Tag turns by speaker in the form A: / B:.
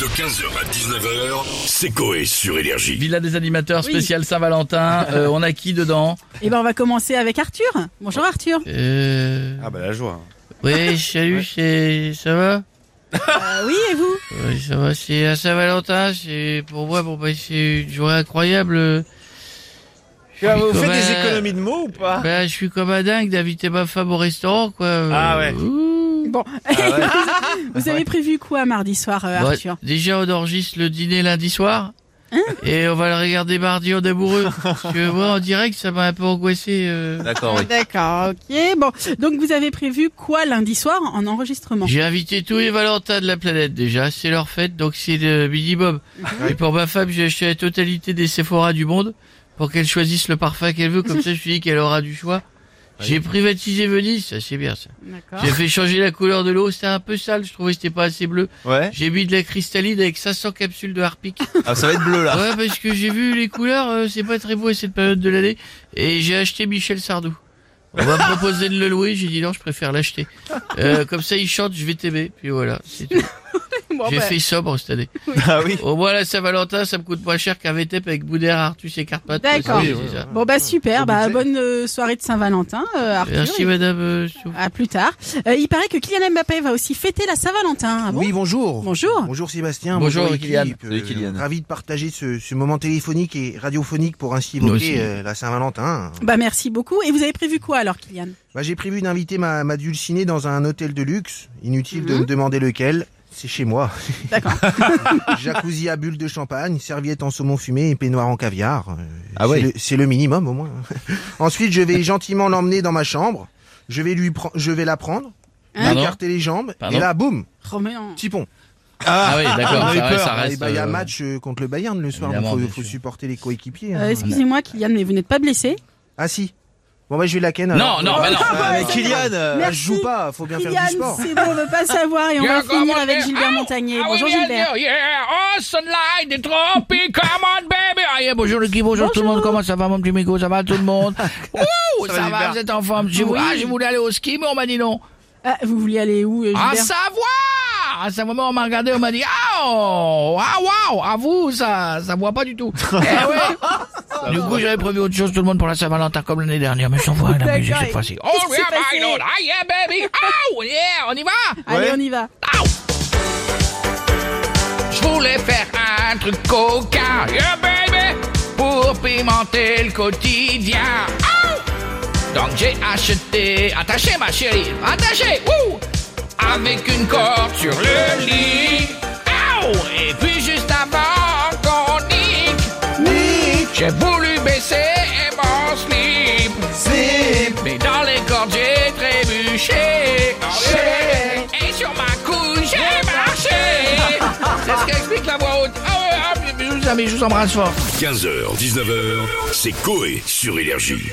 A: De 15h à 19h, c'est Coé sur Énergie.
B: Villa des animateurs
C: Oui.
B: spécial Saint-Valentin. Euh, on a qui dedans
C: Et ben on va commencer avec Arthur. Bonjour Arthur.
B: euh...
D: Ah bah la joie.
B: Oui, salut, c'est ça va
C: Euh, oui et vous
B: Oui, ça va. C'est à Saint-Valentin. C'est pour moi, bon bah, c'est une journée incroyable.
D: Ah, vous
B: Bah,
D: faites des économies de mots ou pas
B: Bah, je suis comme un dingue d'inviter ma femme au restaurant, quoi. Euh,
D: Ah ouais.
B: ouh.
C: Bon,
D: Ah
C: vous avez prévu quoi mardi soir euh,
B: Bah,
C: Arthur
B: déjà, on enregistre le dîner lundi soir. et on va le regarder mardi en amoureux. Parce que moi, en direct, ça m'a un peu angoissé. euh.
D: D'accord,
C: Ah, D'accord, ok. Bon, donc vous avez prévu quoi lundi soir en enregistrement
B: J'ai invité tous les Valentins de la planète déjà, c'est leur fête, donc c'est le minimum. Et pour ma femme, j'ai acheté la totalité des Sephora du monde pour qu'elle choisisse le parfum qu'elle veut, comme ça je suis dit qu'elle aura du choix. J'ai privatisé Venise, ça c'est bien ça.
C: D'accord.
B: J'ai fait changer la couleur de l'eau, c'était un peu sale, je trouvais que c'était pas assez bleu.
D: Ouais.
B: J'ai mis de la cristalline avec 500 capsules de harpic.
D: Ah, ça va être bleu là.
B: Ouais, parce que j'ai vu les couleurs, euh, c'est pas très beau à cette période de l'année. Et j'ai acheté Michel Sardou. On m'a proposé de le louer, j'ai dit non, je préfère l'acheter. Euh, comme ça, il chante, je vais t'aimer. Puis voilà, c'est tout.
C: Bon,
B: J'ai
C: bah,
B: fait sobre cette année.
D: Ah oui.
B: Au moins, la Saint-Valentin, ça me coûte moins cher qu'un VTEP avec Boudère, Artus et Carpath.
C: D'accord.
B: Oui, c'est ça.
C: bon, bah super. Bah,
D: budget.
C: bonne euh, soirée de Saint-Valentin euh, Arthur.
B: Merci,
C: Et-
B: madame. euh, Sou-
C: À plus tard. Euh, il paraît que Kylian Mbappé va aussi fêter la Saint-Valentin. Ah bon
E: oui, bonjour.
C: Bonjour.
E: Bonjour Sébastien.
B: Bonjour, Kylian.
E: équipe.
D: Salut, Kylian.
E: Ravi de partager ce, ce moment téléphonique et radiophonique pour ainsi
B: Nous aussi.
E: évoquer euh, la Saint-Valentin.
C: Bah merci beaucoup. Et vous avez prévu quoi alors Kylian
E: Bah, J'ai prévu d'inviter ma, ma dulcinée dans un hôtel de luxe. Inutile de me demander lequel. C'est chez moi.
C: Mhm. D'accord.
E: Jacuzzi à bulles de champagne, serviette en saumon fumé et peignoir en caviar. Euh,
D: Ah
E: c'est
D: ouais.
E: le- C'est le minimum au moins. Ensuite, je vais gentiment l'emmener dans ma chambre. Je vais lui prendre, je vais la prendre, lui
B: Pardon
E: écarter les jambes
B: Pardon
E: et là, boum,
C: Roméo.
E: petit pont.
B: Ah oui, d'accord,
D: on a eu
B: ça, reste-
D: peur.
B: ça
E: Ah,
B: reste.
E: eh ben, Il y a
B: euh,
E: match euh, contre le Bayern le soir, donc
B: évidemment,
E: faut,
B: bien
E: faut
B: sûr.
E: supporter les coéquipiers. hein.
C: Euh, Excusez-moi Kylian, mais vous n'êtes pas blessé
E: Ah si. Bon bah je vais la ken. alors.
B: Non, non, bah non.
D: Ah, mais Kylian, euh,
E: Ah,
C: Merci.
E: je joue pas, faut bien faire du
C: Kylian,
E: sport.
C: c'est bon, on veut pas savoir et on va finir avec
E: Ah
C: Gilbert
B: Ah
C: Montagnier. Bonjour Gilbert.
B: Oh, sunlight, the tropics, come on, baby. Ah, yeah, bonjour l'équipe, bonjour, tout le monde. Comment ça va, mon petit Miko Ça va, tout le monde Ouh, ça,
D: va,
B: va,
D: Gilbert
B: vous êtes en forme. Je, vou-
C: Oui.
B: ah, je voulais aller au ski, mais on m'a dit non.
C: Ah, vous vouliez aller où, euh,
B: À
C: Gilbert
B: Savoie À Savoie, on m'a regardé, on m'a dit Ah, oh, ah waouh À vous, ça ça voit pas du tout. Eh ouais. Du coup, j'avais prévu autre chose, tout le monde, pour la Saint-Valentin, comme l'année dernière, mais sans voix, elle a bougé
C: D'accord,
B: cette
C: et
B: fois-ci. Oh,
C: qu'est-ce qui
B: yeah,
C: s'est passé
B: my lord, ah, yeah, baby Oh, yeah, on y va
C: Allez,
D: Ouais.
C: on y va.
B: Je voulais faire un truc coca, yeah baby, pour pimenter le quotidien. Aou Donc j'ai acheté, attaché ma chérie, attaché, ouh, avec une corde sur le lit. Aou Et puis juste avant qu'on nique, j'ai voulu baisser mon slip. Mais dans les cordes j'ai trébuché Et sur ma couche j'ai marché C'est ce qu'explique la voix haute Ah ouais, ah, bisous, amis, je vous embrasse fort
A: 15h, 19h, c'est Coé sur Énergie.